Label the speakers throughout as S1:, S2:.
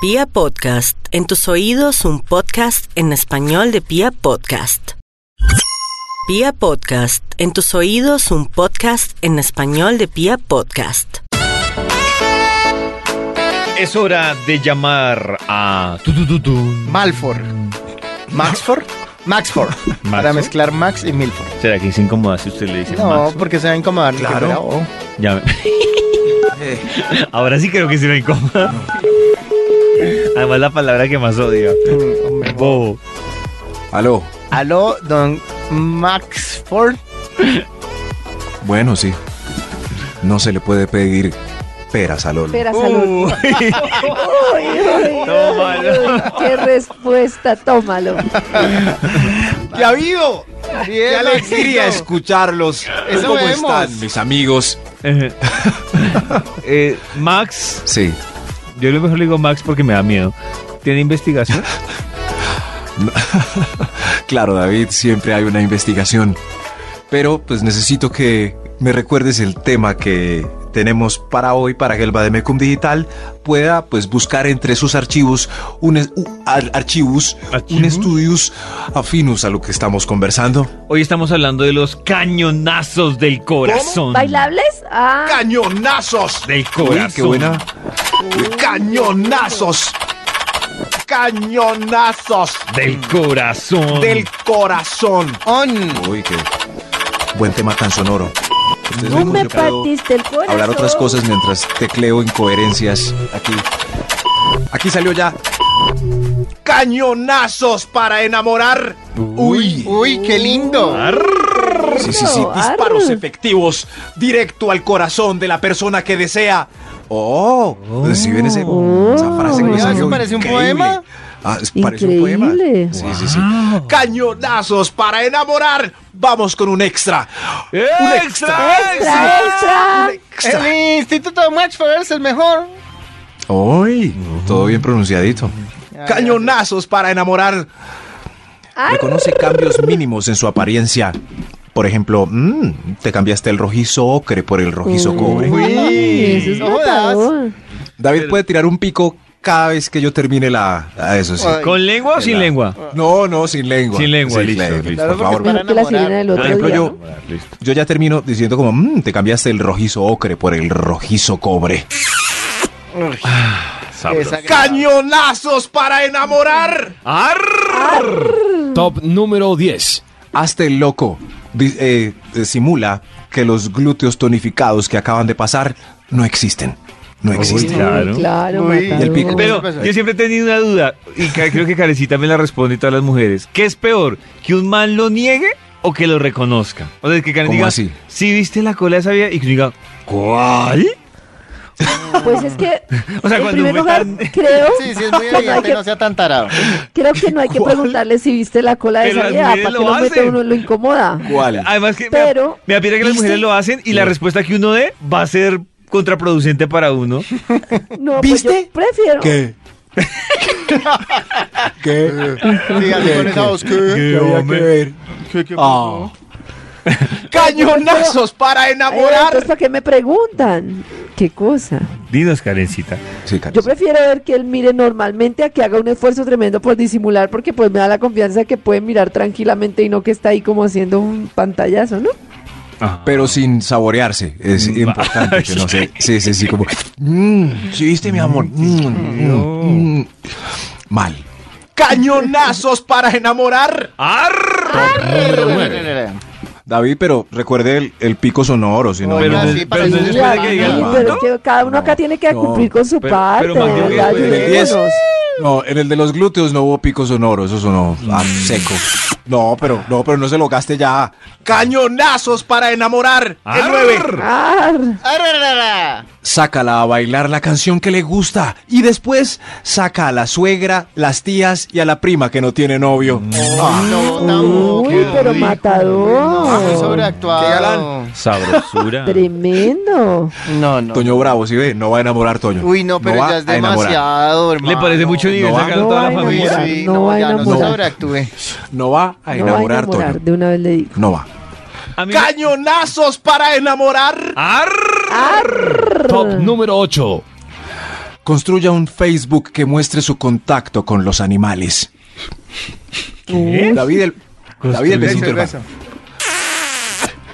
S1: Pia Podcast, en tus oídos un podcast en español de Pia Podcast. Pia Podcast, en tus oídos un podcast en español de Pia Podcast.
S2: Es hora de llamar a tu, tu, tu, tu.
S3: Malford. Maxford. Maxford. Para
S2: ¿Maxford?
S3: mezclar Max y Milford.
S2: ¿Será que se incomoda si usted le dice
S3: No,
S2: Max?
S3: porque se va a incomodar. ni que
S4: Claro.
S3: fuera bobo.
S2: Llame. Ahora sí creo que se me incomoda. Además la palabra que más odio.
S3: Mm, hombre.
S2: Bobo.
S4: Aló.
S3: Aló, don Maxford.
S4: Bueno, sí. No se le puede pedir peras al
S3: Uh.
S4: olmo.
S5: Espera, salud. Uy, uy,
S2: Tómalo.
S5: uy, uy, qué respuesta, tómalo.
S3: ¡Ya vivo! ¡Qué
S4: escucharlos.
S3: Eso vemos.
S4: mis amigos?
S2: Eh, eh, Max,
S4: Sí.
S2: yo a lo mejor le digo Max porque me da miedo. ¿Tiene investigación?
S4: Claro, David, siempre hay una investigación. Pero pues necesito que me recuerdes el tema que tenemos para hoy para que el Bademecum Digital pueda pues buscar entre sus archivos un es- u- ar- archivos un
S2: ¿Archivos?
S4: estudios afinus a lo que estamos conversando.
S2: Hoy estamos hablando de los cañonazos del corazón.
S5: ¿Bailables? Ah,
S4: ¡Cañonazos!
S2: Del
S4: Uy,
S2: corazón.
S4: qué buena. Cañonazos. Cañonazos
S2: Del corazón.
S4: corazón.
S3: On.
S4: Uy, qué buen tema tan sonoro. Ustedes
S5: tú
S4: ven cómo
S5: me
S4: yo puedo
S5: partiste el corazón.
S4: Hablar otras cosas mientras tecleo incoherencias aquí. Aquí salió ya. Cañonazos para enamorar. Uy.
S3: Uy, qué lindo.
S4: Sí, sí, sí.
S5: Ar.
S4: Disparos efectivos directo al corazón de la persona que desea. Oh, si ven ese, esa frase que me
S5: Oiga,
S4: salió
S3: ¿eso parece un
S4: increíble.
S3: poema?
S4: Ah, es- parece un poema.
S5: Increíble.
S4: Sí, sí, sí. Cañonazos para enamorar. Vamos con un extra. Un extra.
S5: ¡Extra, extra!
S3: El Instituto Maxford es el mejor.
S4: Hoy, todo bien pronunciadito.
S3: ya,
S4: Cañonazos para enamorar.
S5: Ar.
S4: Reconoce cambios mínimos en su apariencia. Por ejemplo, mm, te cambiaste el rojizo ocre por el rojizo cobre.
S5: Uy, eso es
S3: No jodas.
S5: matador.
S4: David puede tirar un pico cada vez que yo termine la. ah, eso sí.
S3: Ay.
S2: ¿Con lengua o sin
S4: Tela.
S2: lengua?
S4: No, no, sin lengua.
S2: Sin lengua,
S4: Sí,
S2: listo,
S4: claro,
S2: listo.
S3: Claro,
S4: Por
S3: porque
S4: favor.
S3: para
S5: Igual que la
S3: enamorar.
S5: sirena del
S2: Por
S5: otro
S4: ejemplo,
S5: día.
S4: yo- Yo ya termino diciendo como, "Mm, te cambiaste el rojizo ocre por el rojizo cobre.
S3: Uy,
S2: Sabroso.
S3: desagradable.
S4: ¡Cañonazos para enamorar!
S6: Top número 10.
S4: Hazte el loco. Di- eh, eh, simula que los glúteos tonificados que acaban de pasar no existen. No
S5: Uy,
S4: existen.
S2: Claro.
S5: Claro,
S3: Uy, y el
S5: matador.
S4: pico.
S2: Pero yo siempre he tenido una duda, y ca- creo que Carecita me la responde y todas las mujeres. ¿Qué es peor? ¿Que un man lo niegue o que lo reconozca? O sea, que Karen
S4: ¿Cómo
S2: diga,
S4: así?
S2: sí, viste la cola de esa vieja, y que diga, ¿cuál?
S5: Pues es que,
S2: O sea,
S5: en
S2: cuando
S5: primer
S2: fue
S5: lugar,
S2: tan-
S5: creo,
S3: Sí, sí, es muy
S5: que no hay
S3: evidente,
S5: que,
S3: no sea tan tarado.
S5: creo que no hay que preguntarle si viste la cola de
S2: Pero
S5: esa
S2: las
S5: vieja,
S2: mujeres
S5: para que
S2: lo
S5: lo meta
S2: hacen.
S5: uno lo incomoda.
S4: ¿Cuál?
S2: Además que me-
S5: Pero,
S2: me, apira que las
S5: ¿viste?
S2: mujeres lo hacen y la respuesta que uno dé va a ser contraproducente para uno.
S5: No, pues yo
S4: ¿Viste?
S5: prefiero.
S4: ¿Qué?
S3: Sí, así con esa voz. ¿Qué? ¿Qué? ¿Qué?
S4: ¡Cañonazos para
S5: Ay, entonces, ¿para qué me preguntan? ¿Qué cosa?
S2: Dinos, Karencita.
S4: Sí,
S5: Yo
S4: Carlos.
S5: prefiero ver que él mire normalmente a que haga un esfuerzo tremendo por disimular, porque pues me da la confianza que puede mirar tranquilamente y no que está ahí como haciendo un pantallazo, ¿no?
S4: Pero sin saborearse. Es
S2: Va.
S4: importante que no sé. Sí, sí, sí, como. "Mm, sí, viste, mi amor. Mm, mm, mm". Mal. ¡Cañonazos para enamorar! David, pero recuerde el, el pico sonoro, si no.
S3: Oiga,
S4: no.
S2: Pero-
S3: sí,
S2: pero
S3: parece
S2: entonces
S3: un
S2: espera
S3: drama.
S2: que diga el
S5: Sí,
S2: man,
S5: pero
S2: ¿no?
S5: es que cada uno acá tiene que
S4: no.
S5: cumplir con su
S2: Pero-
S5: parte,
S2: pero más
S5: de
S2: bien
S5: verdad,
S4: en el de diez.
S5: ayudémonos.
S4: No, en el de los glúteos no hubo pico sonoro, eso sonó a seco. No, pero no, pero no se lo gaste ya. Cañonazos para enamorar.
S2: Arr.
S5: Ar,
S3: Arrarara.
S4: Sácala a bailar la canción que le gusta y después saca a la suegra, las tías y a la prima que no tiene novio.
S3: Ah, no, tampoco.
S5: Uy,
S3: Rico. Ah,
S5: pero
S3: muy
S5: matador.
S4: Qué
S3: sobreactuado.
S4: galán.
S2: Sabrosura.
S5: Tremendo.
S3: No, no.
S4: Toño Bravo, si ve, no va a enamorar Toño.
S3: Uy, no, pero
S4: va
S3: ya es
S4: a enamorar.
S3: demasiado, hermano.
S2: Le parece mucho nivel
S4: no,
S2: sacar a
S5: no
S2: toda
S5: hay
S2: la
S3: Uy,
S2: familia.
S5: enamorar,
S3: sí,
S5: no
S3: no,
S5: va a
S3: ya no
S5: enamorar.
S3: sobreactúe.
S4: No va a
S5: No va a
S4: enamorar,
S5: enamorar,
S4: Toño.
S5: de una vez le digo.
S4: No va.
S2: A mí me-
S4: Cañonazos para enamorar.
S2: Arr.
S6: Top número 8.
S4: construya un Facebook que muestre su contacto con los animales.
S2: ¿Qué?
S4: David el, David el
S2: Construye-
S4: vecino. del
S3: Cerveza.
S4: bar.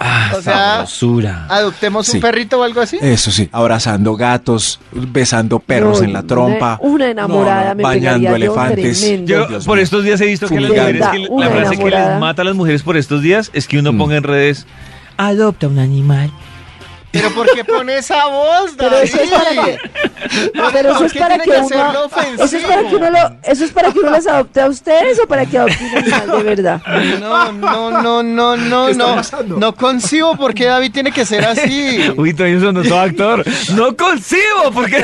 S2: Ah,
S6: O sea-
S2: sabrosura.
S6: ¿Adoptemos
S4: Sí. Eh.
S6: un perrito o algo así?
S4: Eso sí, abrazando gatos, besando perros
S5: No,
S4: en la
S5: una-
S4: trompa.
S5: una enamorada me
S4: bañando
S5: pegaría yo,
S4: elefantes.
S5: tremendo.
S2: Yo
S4: Dios
S2: por
S4: mío.
S2: estos días he visto que las
S4: Fulgante.
S2: mujeres que-
S5: Una
S2: la frase que les
S5: enamorada.
S2: mata a las mujeres por estos días es que uno ponga en redes adopta un animal.
S6: ¿Pero por qué pone esa voz,
S5: Pero
S6: David?
S5: eso es para que, pero eso
S6: ¿Por
S5: es
S6: qué
S5: para
S6: tiene
S5: que
S6: que hacerlo
S5: uno,
S6: ofensivo?
S5: eso es para que uno lo, eso es para que uno las adopte a ustedes o para que adopten un animal de verdad.
S6: No, no, no, no, no,
S4: ¿Qué está
S6: no.
S4: pasando?
S6: No concibo por qué David tiene que ser así.
S2: Uy, todavía sonó todo actor. No concibo porque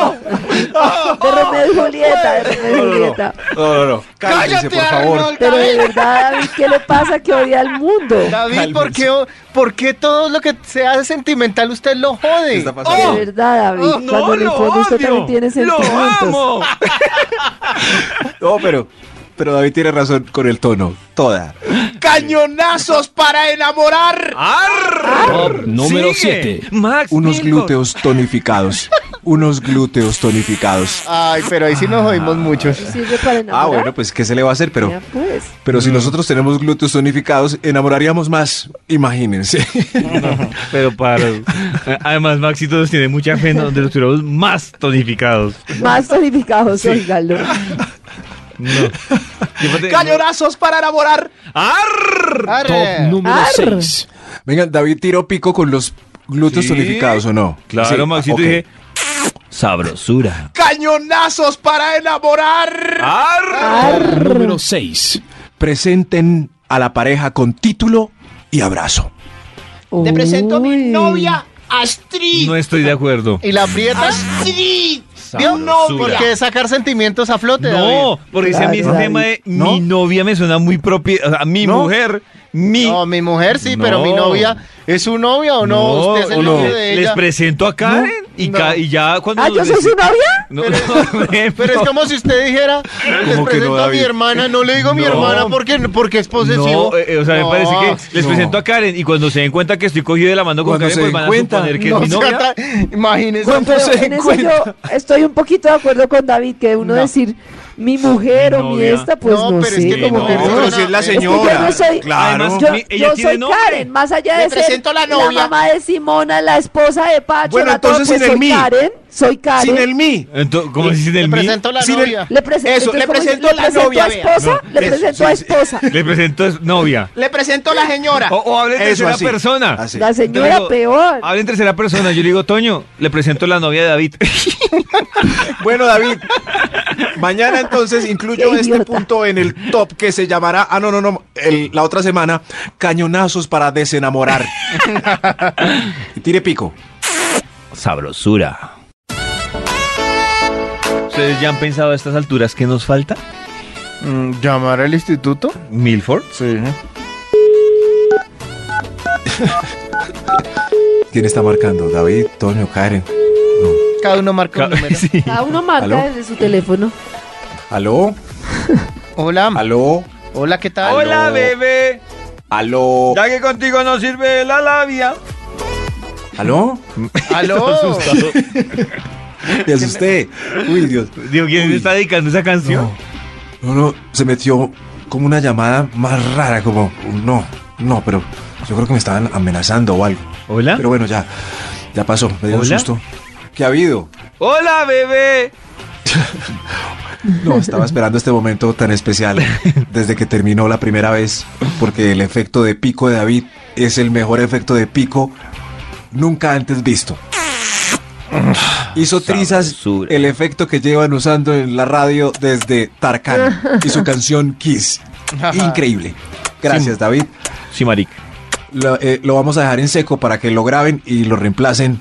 S5: De Romeo y Julieta, de Romeo y Julieta.
S4: No, no, no. Cállense, por favor.
S6: Arnold,
S5: Pero de
S6: David.
S5: verdad, David, ¿qué le pasa que odia al mundo?
S6: David, ¿por qué, ¿por qué todo lo que se hace sentimental usted lo jode?
S4: ¿Qué está
S5: De
S4: pasando?
S5: verdad, David,
S2: Oh,
S5: cuando en el fondo usted también tiene
S2: lo
S5: sentimientos.
S2: amo.
S4: No, pero, pero David tiene razón con el tono. Toda.
S3: ¡Cañonazos para enamorar!
S2: Arr.
S7: número
S2: Sigue.
S7: siete.
S2: Max
S4: Unos
S2: Milko.
S4: glúteos tonificados. Unos glúteos tonificados.
S6: Ay, pero ahí sí nos jodimos muchos.
S5: Sirve para enamorar.
S4: Ah, bueno, pues ¿qué se le va a hacer? Pero,
S5: Mira, pues.
S4: pero si nosotros tenemos glúteos tonificados, enamoraríamos más. Imagínense.
S2: Pero para. Además, Maxito nos tiene mucha fe en donde los tuviéramos más tonificados.
S5: Más tonificados, oígalo.
S2: No. Yo te-
S3: ¡Cañonazos para enamorar!
S2: Arr.
S6: Arre.
S7: Top número
S5: Arr.
S7: 6.
S4: Venga, David tiró pico con los glúteos
S2: Sí.
S4: tonificados o no.
S2: Claro,
S4: Sí,
S2: Maxito,
S4: ok.
S2: dije. Sabrosura.
S3: ¡Cañonazos para enamorar!
S2: Arr.
S7: Número 6.
S4: Presenten a la pareja con título y abrazo.
S3: Te presento a mi
S5: Uy.
S3: novia, Astrid.
S2: No estoy de acuerdo.
S6: ¿Y la aprietas?
S3: Astrid.
S6: ¿Vio?
S2: No,
S6: ¿Por
S2: Sabrosura.
S6: qué sacar sentimientos a flote,
S2: No,
S6: David?
S2: porque si a mí ese
S5: Claro.
S2: tema de
S4: ¿No?
S2: mi novia me suena muy propia. O sea, mi
S4: ¿No?
S2: mujer, mi.
S6: No, mi mujer sí, pero mi
S2: No.
S6: novia. ¿Es su novia o no? Usted es el
S2: o no.
S6: novio de
S2: Les
S6: ella.
S2: presento a Karen y,
S6: No.
S2: ca- y ya cuando.
S5: Ah,
S2: nos
S5: ¿yo soy
S2: dec-
S5: su novia?
S2: No, no,
S6: Pero es
S2: no.
S6: como si usted dijera, les
S4: ¿Cómo que
S6: presento
S4: no,
S6: a mi
S4: David?
S6: hermana, no le digo mi
S2: No.
S6: hermana porque, porque es posesivo.
S2: No, eh, eh, o sea,
S6: No,
S2: me parece que les
S4: no.
S2: presento a Karen y cuando se den cuenta que estoy cogido de la mano con
S4: Cuando
S2: Karen,
S4: se
S2: pues
S4: den
S2: van a
S4: cuenta.
S2: suponer que
S6: no
S2: es mi
S6: se
S2: novia.
S6: atra- Imagínese.
S5: Bueno, pero en eso yo estoy un poquito de acuerdo con David, que uno
S6: No.
S5: decir mi mujer o mi
S2: Novia.
S5: esta, pues
S6: No,
S5: no,
S6: pero es
S5: sé.
S6: que
S5: como
S6: no,
S5: que
S6: pero
S5: no.
S6: si es la
S5: que yo
S4: señora,
S5: no soy-
S4: claro.
S2: Además,
S5: Yo,
S2: mi-
S5: yo
S2: ella tiene
S5: soy
S2: nombre.
S5: Karen, más allá de
S6: Le
S5: ser
S6: presento a la novia.
S5: mamá de Simona, la esposa de Pacho,
S4: Bueno,
S5: la todo,
S4: entonces sin el
S5: pues soy
S4: mí.
S5: Karen, soy Karen.
S4: Sin el mí.
S2: Entonces, ¿cómo dicen
S6: Le
S2: el mí?
S6: presento a la
S4: Sin el-
S6: novia.
S5: Le presento,
S3: Eso, le
S5: entonces, ¿cómo
S3: presento
S5: es?
S3: a la novia,
S5: a esposa, le presento a esposa.
S2: Le presento es novia.
S3: Le presento a la señora.
S6: Oh.
S2: O, o hablen en
S4: Eso,
S2: tercera
S4: así.
S2: persona.
S4: Así.
S5: La señora
S2: Yo digo,
S5: peor.
S2: Hablen en tercera persona. Yo le digo, Toño, le presento la novia de David.
S4: Bueno, David, mañana entonces incluyo
S5: Qué
S4: este
S5: idiota.
S4: punto en el top que se llamará, ah, no, no, no, el- la otra semana, cañonazos para desenamorar. Y Tire pico.
S2: Sabrosura. ¿Ustedes ya han pensado a estas alturas qué nos falta?
S6: Mm, ¿Llamar al instituto?
S2: Milford.
S6: Sí.
S4: ¿Quién está marcando? David, Toño, Karen.
S6: Cada uno marca un número.
S2: Sí.
S5: Cada uno marca
S4: ¿Aló?
S5: desde su teléfono.
S4: ¿Aló?
S6: Hola.
S4: ¿Aló?
S6: Hola, ¿qué tal?
S2: Hola,
S4: Aló.
S2: Ah, bebé.
S4: ¿Aló?
S2: Ya que contigo no sirve la labia.
S4: ¿Aló?
S6: Aló.
S4: Te asusté. Uy, Dios.
S2: Digo, ¿quién
S4: Uy.
S2: está dedicando esa canción?
S4: No, no, no, se metió como una llamada más rara, como no, no, pero yo creo que me estaban amenazando o algo.
S2: Hola.
S4: Pero bueno, ya, ya pasó, me dio un
S2: ¿Ah? ¿Hola?
S4: susto. ¿Qué ha habido?
S2: Hola, bebé.
S4: No, estaba esperando este momento tan especial desde que terminó la primera vez, porque el efecto de pico de David es el mejor efecto de pico nunca antes visto. Hizo trizas
S2: Sabrosura.
S4: el efecto que llevan usando en la radio desde Tarkan y su canción Kiss. Increíble. Gracias, David.
S2: Sí, marica.
S4: Lo, eh, lo vamos a dejar en seco para que lo graben y lo reemplacen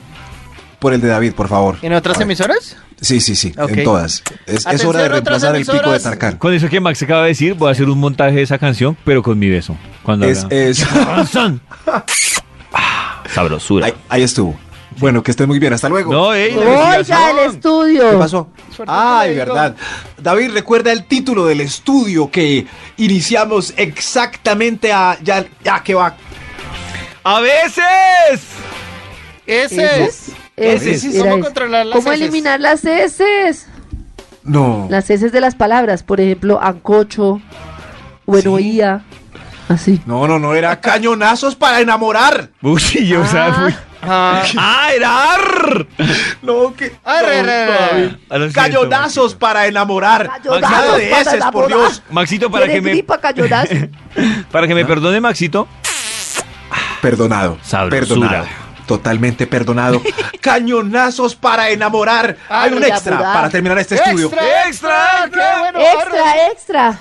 S4: por el de David, por favor.
S6: ¿En otras
S4: A ver.
S6: emisoras?
S4: Sí, sí, sí,
S6: Ok.
S4: en todas. Es, es hora
S6: Atención,
S4: de
S6: otras
S4: reemplazar el pico de
S6: emisoras.
S4: Tarkan.
S2: Con eso que Max acaba de decir, voy a hacer un montaje de esa canción, pero con mi beso. Cuando
S4: Es,
S2: haga-
S4: es,
S2: Son. Ah, Sabrosura.
S4: ahí, ahí estuvo. Bueno, que esté muy bien. Hasta luego.
S2: No, ey, la
S5: Oiga,
S2: investigación.
S5: el estudio.
S4: ¿Qué pasó?
S6: Suerte
S4: Ay,
S6: conmigo.
S4: verdad. David, recuerda el título del estudio que iniciamos exactamente a... Ya, ya que va.
S2: A veces.
S6: Ese
S5: ¿Ese
S6: es.
S5: Ese,
S4: es.
S5: era
S6: ¿Cómo
S5: ese.
S6: controlar las
S5: ¿Cómo
S6: heces?
S5: eliminar las heces?
S4: No.
S5: Las heces de las palabras, por ejemplo, ancocho, bueno, oía, así.
S4: No, no, no, era cañonazos para enamorar.
S2: Uy, yo, o sea,
S5: Ah.
S2: uy.
S6: Ah,
S2: ¡Ah, era ar!
S4: No, que.
S6: Arre,
S4: no,
S6: arre, arre.
S4: David.
S2: Ah,
S4: Cañonazos para enamorar.
S5: Cañonazos
S4: Nada de
S5: para
S4: heces, por
S5: enamorar.
S4: Dios.
S2: Maxito, para que,
S5: ¿Tienes
S2: me,
S5: gripa, cañonazo?
S2: para que me perdone, Maxito.
S4: Perdonado.
S2: Sabrosura.
S4: Perdonado. Totalmente perdonado. Cañonazos para enamorar. Hay un
S5: para
S4: extra
S5: enamorar.
S4: para terminar este estudio.
S6: ¡Extra!
S2: ¡Extra!
S6: ¡Qué bueno! arre.
S5: extra, extra.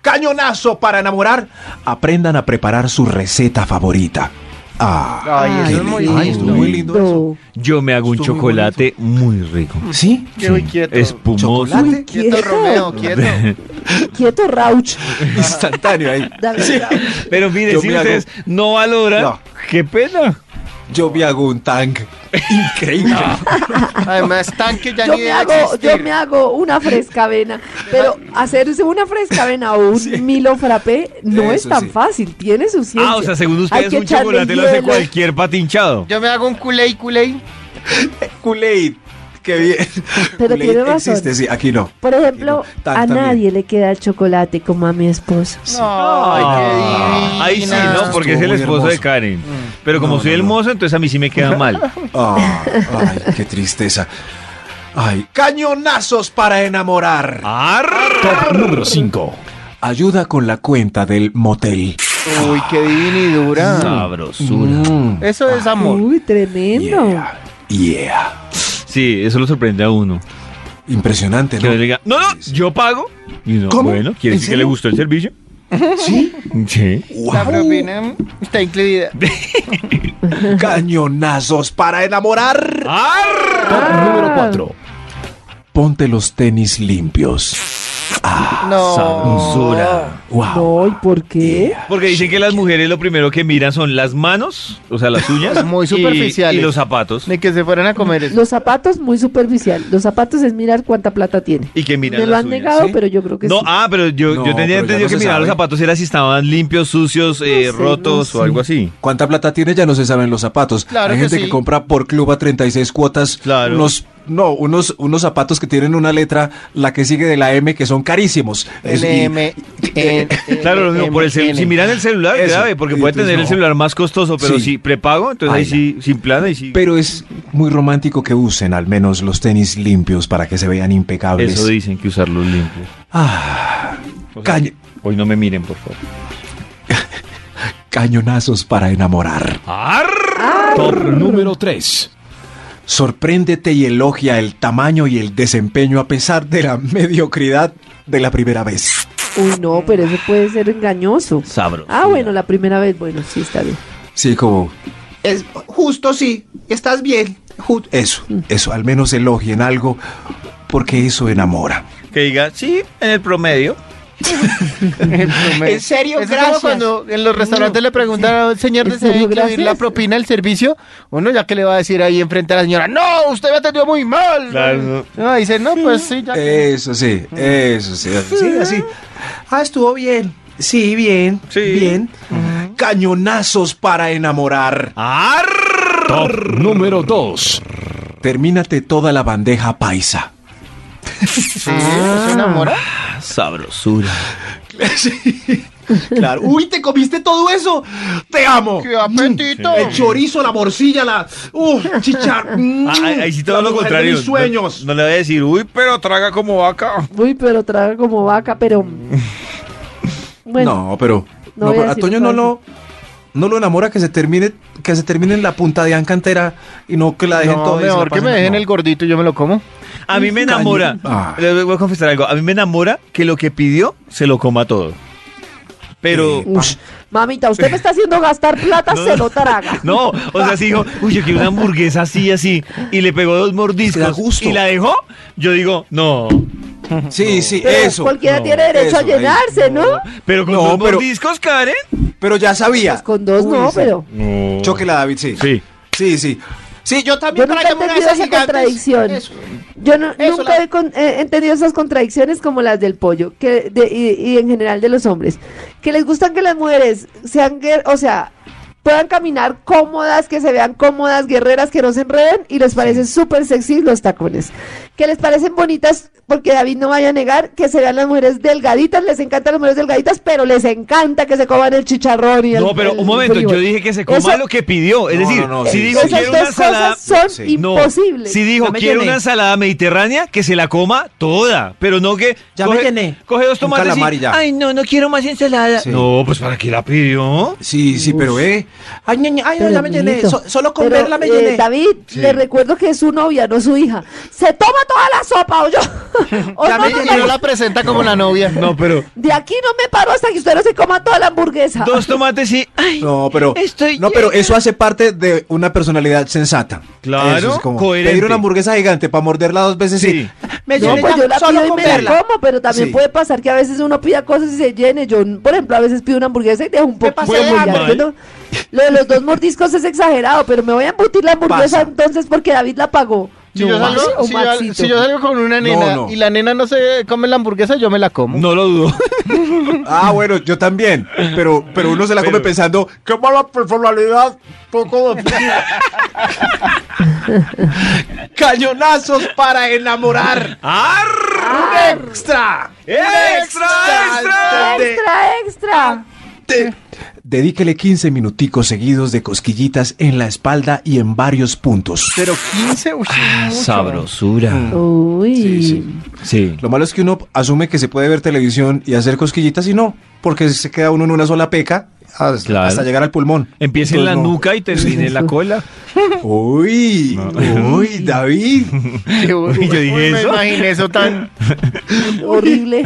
S4: Cañonazo para enamorar. Aprendan a preparar su receta favorita. Ah.
S6: Ay,
S5: Ay,
S6: eso es muy
S4: Ay, estuvo
S6: lindo.
S4: muy lindo eso.
S2: Yo me hago un
S4: Estuvo muy
S2: chocolate muy rico.
S4: ¿Sí?
S6: Qué muy quieto.
S2: Espumoso.
S4: ¿Chocolate?
S6: Quieto,
S5: Quieto.
S6: Romeo, quieto.
S5: Quieto, Rauch.
S4: Instantáneo ahí.
S5: David, Rauch.
S2: Pero mire,
S4: Yo
S2: si
S4: me hago-
S2: ustedes no valoran,
S4: No.
S2: qué pena.
S4: Yo me hago un tank. Increíble.
S6: Además, tanque ya
S5: yo
S6: ni
S5: me
S6: debe
S5: hago, yo
S6: existir.
S5: me hago una fresca avena. Pero hacerse una fresca avena o un Milo frappé no es
S4: Eso
S5: tan
S4: sí.
S5: fácil, tiene su ciencia.
S2: Ah, o sea, según
S5: Hay
S2: ustedes,
S5: que
S2: un
S5: echarle
S2: chocolate lo hace
S5: hielo.
S2: cualquier patinchado.
S6: Yo me hago un culé culé.
S4: Kool-Aid. Qué bien.
S5: Pero
S4: Kool-Aid
S5: tiene razón.
S4: Existe, sí, aquí no.
S5: Por ejemplo,
S4: Tan-
S5: a
S4: también.
S5: nadie le queda el chocolate como a mi esposo.
S6: Ah. Ay, qué
S2: Ah, Ahí sí,
S6: divina.
S2: ¿no? Porque es el
S4: Estuvo muy
S2: esposo de
S4: hermoso. Mm.
S2: Karen. Pero como
S4: No,
S2: soy
S4: no,
S2: el
S4: no.
S2: mozo, entonces a mí sí me queda mal.
S4: Ah, ay, qué tristeza. Ay, cañonazos para enamorar.
S7: Top número 5.
S4: Ayuda con la cuenta del motel.
S6: Uy, qué divina y dura.
S2: Sabrosura.
S6: Eso es amor.
S5: Uy, tremendo.
S4: Yeah. Yeah.
S2: Sí, eso lo sorprende a uno.
S4: Impresionante,
S2: Que le
S4: ¿no?
S2: diga, no, no, yo pago. Y uno,
S4: ¿Cómo?
S2: Bueno, ¿quiere
S4: ¿En
S2: decir que le
S4: serio?
S2: gustó el servicio?
S4: Sí.
S2: Sí.
S6: La
S4: Wow.
S6: propina está incluida.
S4: Cañonazos para enamorar.
S2: ¡Arr!
S7: Top
S5: Ah.
S7: número 4.
S4: Ponte los tenis limpios.
S6: No.
S2: Sabrosura.
S4: Wow.
S5: No, ¿y por qué?
S2: Porque dicen que las mujeres lo primero que miran son las manos, o sea, las uñas.
S6: Muy
S2: y-
S6: superficiales.
S2: Y, los zapatos.
S6: Ni que se fueran a comer eso.
S5: Los zapatos, muy superficial. Los zapatos es mirar cuánta plata tiene.
S2: Y que miran
S5: Me lo
S2: las
S5: han
S2: uñas.
S5: negado,
S4: ¿sí?
S5: pero yo creo que
S2: No,
S5: sí.
S2: ah, pero yo,
S4: No,
S2: yo tenía
S4: pero ya
S2: entendido
S4: no
S2: que
S4: se
S2: mirar los
S4: sabe.
S2: zapatos era si estaban limpios, sucios, eh,
S5: sé, no
S2: rotos
S5: sé.
S2: o algo así.
S4: ¿Cuánta plata tiene? Ya no se saben los zapatos.
S6: Claro
S4: Hay
S6: que
S4: gente
S6: sí.
S4: que compra por club a 36 cuotas
S2: Claro.
S4: unos no, unos unos zapatos que tienen una letra la que sigue de la M que son carísimos. Es- y-
S6: NM.
S5: Eh,
S2: Claro, no, por el cel- si miran el celular,
S4: Eso.
S2: grave, porque puede
S4: Entonces,
S2: tener el
S4: no.
S2: celular más costoso, pero
S4: Sí.
S2: si prepago, entonces ahí sí, sin plana y sí.
S4: Pero es muy romántico que usen al menos los tenis limpios para que se vean impecables.
S2: Eso dicen que usarlos limpios.
S4: Ah,
S2: O sea,
S4: pues, caño-
S2: Hoy no me miren, por favor.
S4: cañonazos para enamorar.
S7: Top número 3.
S4: Sorpréndete y elogia el tamaño y el desempeño a pesar de la mediocridad de la primera vez.
S5: Uy, no, pero eso puede ser engañoso.
S2: Sabro.
S5: Ah, bueno, la primera vez, bueno, sí, está bien.
S4: Sí, como... Es justo, sí. Estás bien. Mm. Eso, eso. Al menos elogien algo porque eso enamora.
S2: Que diga, sí, en el promedio.
S6: En serio, gracias. cuando en los restaurantes le preguntan al señor,
S5: ¿En
S6: ¿desea
S5: serio,
S6: incluir la
S5: gracias?
S6: propina al servicio? Uno ya que le va a decir ahí enfrente a la señora, no, usted me atendió muy mal.
S2: Claro. Eh,
S6: No, dice, no, pues sí, ya. que-
S4: Eso sí, eso sí. Sí, así. Mm. Ah, estuvo bien. Sí, bien.
S2: Sí.
S4: Bien. Cañonazos para enamorar.
S2: ¡Arr!
S7: Top número 2.
S4: Termínate toda la bandeja paisa.
S6: Sí, pues, ¿se enamora?
S2: ah, Sabrosura.
S4: Sí. Claro. Uy, te comiste todo eso. Te amo.
S6: ¡Qué apetito!
S4: El chorizo, la morcilla, la. Uh, chichar. Mm.
S2: Ah, ahí, ahí sí todo
S4: La
S2: lo
S4: mujer de
S2: contrario.
S4: mis sueños.
S2: No, no le voy a decir, uy, pero traga como vaca.
S5: Uy, pero traga como vaca, pero. Bueno,
S4: no, pero. No,
S5: no voy a
S4: pero a
S5: decir
S4: Toño
S5: nada.
S4: no lo. No lo enamora que se termine, que se termine en la punta de cantera y no que la dejen
S6: No,
S4: toda. y se la
S6: mejor que
S4: pasen-
S6: me dejen
S4: no.
S6: el gordito y yo me lo como.
S2: A mí me enamora.
S4: Ah.
S2: Le voy a confesar algo. A mí me enamora que lo que pidió se lo coma todo. Pero.
S5: ush, mamita, usted me está haciendo gastar plata,
S2: No,
S5: se
S2: no.
S5: lo traga.
S2: No, o sea, si dijo, uy, yo quiero una hamburguesa así, así, y le pegó dos
S4: Se da
S2: mordiscos
S4: gusto.
S2: y la dejó, yo digo, no.
S4: Sí, sí,
S5: Pero
S4: eso.
S5: cualquiera tiene derecho
S4: eso,
S5: a
S4: ahí,
S5: llenarse, ¿no?
S2: Pero con
S4: No,
S2: dos
S4: pero-
S2: mordiscos, Karen.
S4: Pero ya sabía.
S5: Pues con dos
S4: Uy,
S5: no,
S4: sí.
S5: pero.
S2: No.
S4: Chóquela, David, sí.
S2: Sí.
S4: Sí, sí. Sí, yo
S5: Yo
S4: también
S5: nunca he entendido esa contradicción. Yo no-
S6: Eso,
S5: nunca
S6: la-
S5: he con- eh, entendido esas contradicciones como las del pollo que de- y, y en general de los hombres. Que les gustan que las mujeres sean, guer- o sea, puedan caminar cómodas, que se vean cómodas, guerreras, que no se enreden y les parecen súper sexy los tacones. Que les parecen bonitas, porque David no vaya a negar que se vean las mujeres delgaditas, les encantan las mujeres delgaditas, pero les encanta que se coman el chicharrón y el
S2: No, pero
S5: el
S2: un momento,
S5: frijol.
S2: yo dije que se coma
S5: Eso-
S2: lo que pidió. Es
S4: No,
S2: decir,
S4: no, no,
S2: si
S4: sí,
S2: dijo
S4: sí.
S5: Esas
S2: quiero
S5: dos
S2: una ensalada.
S5: cosas son
S4: Sí.
S5: imposibles.
S2: Si dijo
S6: Ya me
S2: quiero
S6: llené.
S2: una ensalada mediterránea, que se la coma toda, pero no que.
S6: Ya
S2: coge,
S6: me llené.
S2: coge dos
S4: Un
S2: tomates.
S4: calamar
S2: y,
S4: y ya.
S2: Ay, no, no quiero más ensalada.
S4: Sí.
S2: No, pues ¿para qué la pidió?
S4: Sí, sí, pero eh.
S6: Ay, ña, ña, ay, no,
S5: Pero,
S6: ya me llené.
S5: amiguito.
S6: so- solo con
S5: Pero,
S6: verla me
S5: eh,
S6: llené.
S5: David, le recuerdo que es su novia, no su hija. Se toma toda la sopa, o yo. o
S6: Ya
S5: no,
S6: me
S5: que
S6: llené. Y
S5: no-
S6: no la presenta como la novia.
S2: No, pero.
S5: De aquí no me paro hasta que usted no se coma toda la hamburguesa.
S2: Dos tomates y. Ay,
S4: No, pero.
S2: Estoy
S4: no, pero eso hace parte de una personalidad sensata.
S2: Claro,
S4: Eso es como
S2: coherente.
S4: pedir una hamburguesa gigante para morderla dos veces
S2: sí.
S4: sí.
S6: Me
S5: No,
S6: llené
S5: pues
S6: ya
S5: yo la
S6: solo
S5: pido y
S6: con
S5: me
S6: verla.
S5: la como, pero también
S4: Sí.
S5: puede pasar que a veces uno pida cosas y se llene. Yo, por ejemplo, a veces pido una hamburguesa y dejo un poco
S6: pasé de
S2: hambre.
S5: Lo de los dos mordiscos es exagerado, pero me voy a embutir la hamburguesa
S4: Pasa.
S5: entonces porque David la pagó.
S6: Si,
S5: No,
S6: yo
S5: Maxi
S6: salgo,
S5: o
S6: si yo-
S5: Maxito.
S6: si yo salgo con una
S4: No,
S6: nena
S4: no.
S6: y la nena no se come la hamburguesa, yo me la como.
S2: No lo dudo.
S4: Ah, bueno, yo también. Pero, pero uno se la come
S2: Pero-
S4: pensando, qué mala personalidad, poco de... Cañonazos para enamorar.
S2: ¡Arr!
S4: ¡Extra!
S2: ¡Extra, extra!
S4: De-
S5: Extra, extra.
S4: de- Dedíquele 15 minuticos seguidos de cosquillitas en la espalda y en varios puntos.
S6: Pero 15, uy, mucho.
S2: Sabrosura.
S5: Mm. Uy.
S2: Sí.
S4: Lo malo es que uno asume que se puede ver televisión y hacer cosquillitas y no, porque se queda uno en una sola peca hasta,
S2: Claro.
S4: hasta llegar al pulmón.
S2: Empieza en la
S4: Entonces, no.
S2: nuca y termine en la cola.
S4: Uy, uy, David.
S6: Qué bueno.
S2: Uy, yo dije
S6: Uy, me
S2: eso.
S6: imaginé eso tan.
S5: Horrible.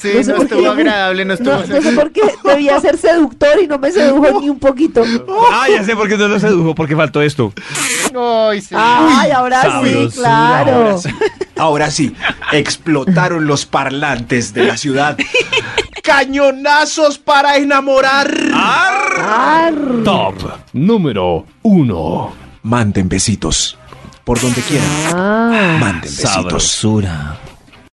S6: Sí, no,
S5: por
S6: estuvo
S5: qué-
S6: agradable, no estuvo.
S5: No, no sé por qué debía ser seductor y no me sedujo ni un poquito.
S2: Ah, ya sé por qué no lo sedujo, porque faltó esto.
S6: Ay, sí.
S5: Ay, ahora sí,
S2: sabrosura,
S5: claro.
S2: ahora sí.
S4: Ahora sí, explotaron los parlantes de la ciudad. Cañonazos para enamorar.
S2: ¡Arr!
S5: Ar-
S7: Top número 1.
S4: Manden besitos por donde quieran.
S5: Ah.
S4: Manden besitos.
S2: Sabrosura.